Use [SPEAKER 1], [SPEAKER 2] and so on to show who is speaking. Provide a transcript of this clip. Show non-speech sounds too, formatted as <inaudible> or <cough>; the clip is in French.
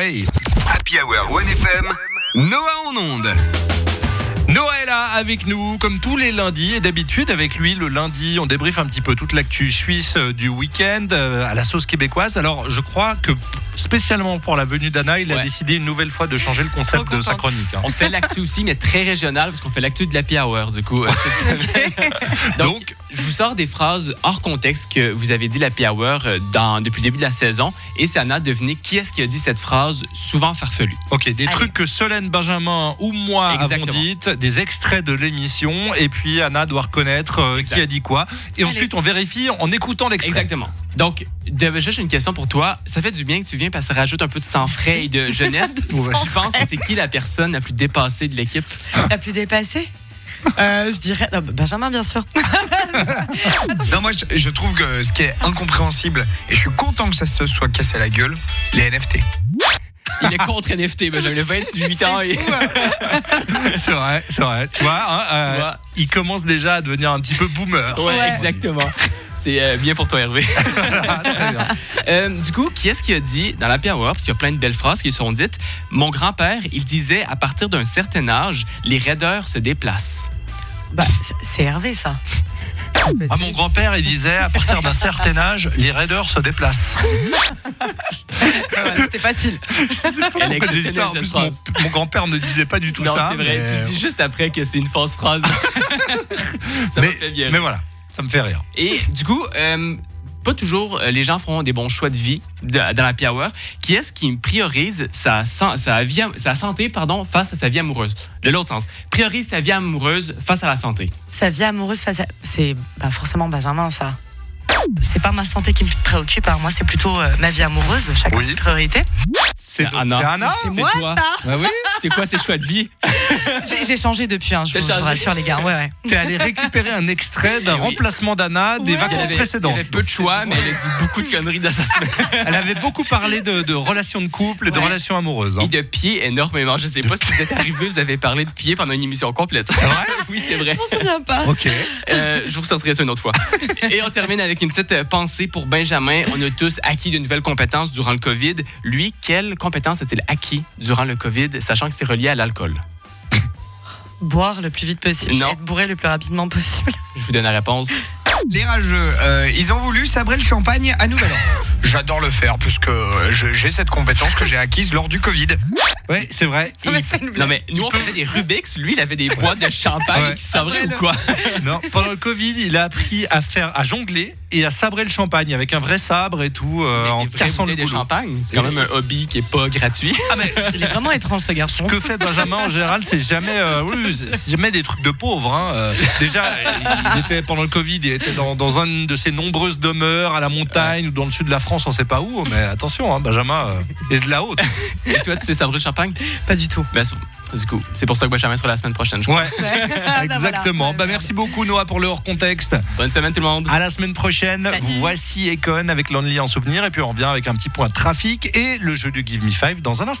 [SPEAKER 1] réveil. Happy Hour 1FM, Noah en onde.
[SPEAKER 2] Noah est là avec nous, comme tous les lundis, et d'habitude avec lui, le lundi, on débriefe un petit peu toute l'actu suisse euh, du week-end euh, à la sauce québécoise. Alors, je crois que spécialement pour la venue d'Anna, il a
[SPEAKER 3] Ouais.
[SPEAKER 2] décidé une nouvelle fois de changer le concept
[SPEAKER 4] Trop
[SPEAKER 2] de sa
[SPEAKER 4] contente.
[SPEAKER 2] chronique. hein.
[SPEAKER 3] On fait l'actu aussi, mais très régional, parce qu'on fait l'actu de l'Happy Hour, du coup. euh, cette semaine. Donc,
[SPEAKER 2] Donc,
[SPEAKER 3] je vous sors des phrases hors contexte que vous avez dit l'Happy Hour euh, dans, depuis le début de la saison. Et c'est Anna de deviner qui est-ce qui a dit cette phrase souvent farfelue.
[SPEAKER 2] ok, des
[SPEAKER 4] Allez.
[SPEAKER 2] trucs que Solène, Benjamin ou moi avons
[SPEAKER 3] Exactement.
[SPEAKER 2] dites, des extraits de l'émission, et puis Anna doit reconnaître euh, qui
[SPEAKER 3] Exact.
[SPEAKER 2] a dit quoi. Et
[SPEAKER 4] Allez.
[SPEAKER 2] ensuite, on vérifie en écoutant l'extrait.
[SPEAKER 3] Exactement. Donc, de, juste une question pour toi. Ça fait du bien que tu viennes parce que ça rajoute un peu de sang frais et de jeunesse.
[SPEAKER 4] sang
[SPEAKER 3] Je pense que c'est qui la personne la plus dépassée de l'équipe?
[SPEAKER 4] La plus dépassée Euh, Je dirais. non, Benjamin, bien sûr.
[SPEAKER 1] Non, moi, je, je trouve que ce qui est incompréhensible, et je suis content que ça se soit cassé la gueule, les NFT.
[SPEAKER 3] Il est contre NFT, Benjamin. Il a 28 ans. et-
[SPEAKER 2] <laughs> C'est vrai, c'est vrai. Tu vois, hein, euh,
[SPEAKER 3] Tu vois.
[SPEAKER 2] il commence déjà à devenir un petit peu boomer. <laughs>
[SPEAKER 3] Ouais,
[SPEAKER 4] Ouais.
[SPEAKER 3] exactement. C'est euh, bien pour toi, Hervé.
[SPEAKER 2] Très bien.
[SPEAKER 3] Euh, du coup, qui est-ce qui a dit dans la Hour, parce qu'il y a plein de belles phrases qui sont dites, mon grand-père, il disait, à partir d'un certain âge, les raideurs se déplacent.
[SPEAKER 4] Bah, c'est- c'est Hervé, ça.
[SPEAKER 2] Ah, mon grand-père, il disait, à partir d'un certain âge, les raiders se déplacent.
[SPEAKER 4] Ouais, C'était facile.
[SPEAKER 3] Elle est
[SPEAKER 2] Pourquoi j'ai dit ça
[SPEAKER 3] exceptionnelle,
[SPEAKER 2] En
[SPEAKER 3] cette
[SPEAKER 2] plus,
[SPEAKER 3] phrase.
[SPEAKER 2] mon, mon grand-père ne disait pas du tout
[SPEAKER 3] non,
[SPEAKER 2] ça.
[SPEAKER 3] c'est vrai,
[SPEAKER 2] mais- euh,
[SPEAKER 3] tu dis juste après que c'est une fausse
[SPEAKER 2] <laughs>
[SPEAKER 3] phrase. ça me
[SPEAKER 2] mais,
[SPEAKER 3] fait bien.
[SPEAKER 2] mais voilà, ça me fait rire.
[SPEAKER 3] Et du coup, euh, pas toujours euh, les gens feront des bons choix de vie de- dans la Hour. Qui est-ce qui priorise sa, san- sa, vie am- sa santé pardon, face à sa vie amoureuse? De l'autre sens, priorise sa vie amoureuse face à la santé.
[SPEAKER 4] Sa vie amoureuse face à. C'est bah, forcément Benjamin, ça. C'est pas ma santé qui me préoccupe, hein. moi c'est plutôt euh, ma vie amoureuse, chacun
[SPEAKER 2] Oui.
[SPEAKER 4] ses priorités.
[SPEAKER 2] C'est donc-
[SPEAKER 3] Ben, Anna.
[SPEAKER 2] c'est Anna
[SPEAKER 4] C'est
[SPEAKER 3] c'est
[SPEAKER 4] moi
[SPEAKER 3] toi. Ben
[SPEAKER 4] ça
[SPEAKER 2] Bah
[SPEAKER 4] <laughs>
[SPEAKER 2] oui,
[SPEAKER 3] C'est quoi ces choix de vie?
[SPEAKER 4] J'ai- J'ai changé depuis, hein, je,
[SPEAKER 3] T'as
[SPEAKER 4] vous, je vous
[SPEAKER 3] changé.
[SPEAKER 4] rassure les gars. Ouais, ouais.
[SPEAKER 2] t'es allé récupérer un extrait d'un
[SPEAKER 3] Oui.
[SPEAKER 2] remplacement d'Anna des
[SPEAKER 4] Ouais.
[SPEAKER 3] Il y
[SPEAKER 2] vacances
[SPEAKER 3] avait-
[SPEAKER 2] précédentes.
[SPEAKER 3] Il y avait peu de choix, mais elle a dit beaucoup de conneries dans sa
[SPEAKER 4] <laughs>
[SPEAKER 3] semaine.
[SPEAKER 2] Elle avait beaucoup parlé de, de relations de couple et de
[SPEAKER 3] Ouais.
[SPEAKER 2] relations amoureuses. hein.
[SPEAKER 3] Et de pieds énormément. Je sais pas si vous êtes arrivé, vous avez parlé de pieds pendant une émission complète. <laughs> oui, c'est vrai.
[SPEAKER 4] Je m'en souviens pas.
[SPEAKER 2] Ok.
[SPEAKER 3] Euh, je vous ressortirai ça une
[SPEAKER 4] <laughs>
[SPEAKER 3] autre fois. Et on termine avec une petite euh, pensée pour Benjamin. On a tous acquis de nouvelles compétences durant le COVID. Lui, quelles compétences a-t-il acquis durant le COVID, sachant que c'est relié à l'alcool?
[SPEAKER 4] Boire le plus vite possible,
[SPEAKER 3] Non.
[SPEAKER 4] être bourré le plus rapidement possible.
[SPEAKER 3] Je vous donne la
[SPEAKER 4] <laughs>
[SPEAKER 3] réponse.
[SPEAKER 1] Les rageux, euh, ils ont voulu sabrer le champagne à Nouvel An. J'adore le faire, parce que euh, je- j'ai cette compétence que j'ai acquise lors du Covid.
[SPEAKER 2] Ouais, c'est vrai.
[SPEAKER 4] Non, mais
[SPEAKER 2] Il-
[SPEAKER 4] c'est une blague.
[SPEAKER 3] Non, mais nous, on faisait des Rubik's. Lui, il avait des
[SPEAKER 2] <laughs>
[SPEAKER 3] boîtes de champagne
[SPEAKER 2] Ouais.
[SPEAKER 3] qui s'ouvraient ou quoi?
[SPEAKER 2] non, pendant le Covid, il a appris à faire, à jongler et à sabrer le champagne avec un vrai sabre et tout, euh,
[SPEAKER 3] Des
[SPEAKER 2] en
[SPEAKER 3] vraies
[SPEAKER 2] cassant le
[SPEAKER 3] bouteilles de
[SPEAKER 2] boulot.
[SPEAKER 3] champagne. C'est quand même un hobby qui est pas gratuit.
[SPEAKER 4] Il est vraiment étrange ce garçon.
[SPEAKER 2] que fait Benjamin en général, c'est jamais, euh, oui, c'est jamais des trucs de pauvres. hein. Euh, déjà, il était pendant le Covid, il était dans, dans un de ses nombreuses demeures à la montagne ou dans le sud de la France, on sait pas où. Mais attention, hein, Benjamin euh, est de la
[SPEAKER 4] <laughs>
[SPEAKER 2] haute.
[SPEAKER 3] Et toi, tu sais sabrer le champagne?
[SPEAKER 4] Pas du tout.
[SPEAKER 3] Ben, c'est- du coup, c'est pour ça que Benjamin sera la semaine prochaine. je crois.
[SPEAKER 2] Ouais,
[SPEAKER 4] Ah, bah, voilà.
[SPEAKER 2] exactement. Bah merci beaucoup Noah pour le hors contexte.
[SPEAKER 3] Bonne semaine tout le monde.
[SPEAKER 2] À la semaine prochaine.
[SPEAKER 4] Salut.
[SPEAKER 2] Voici Econ avec Lonely en souvenir et puis on revient avec un petit point trafic et le jeu du Give Me Five dans un instant.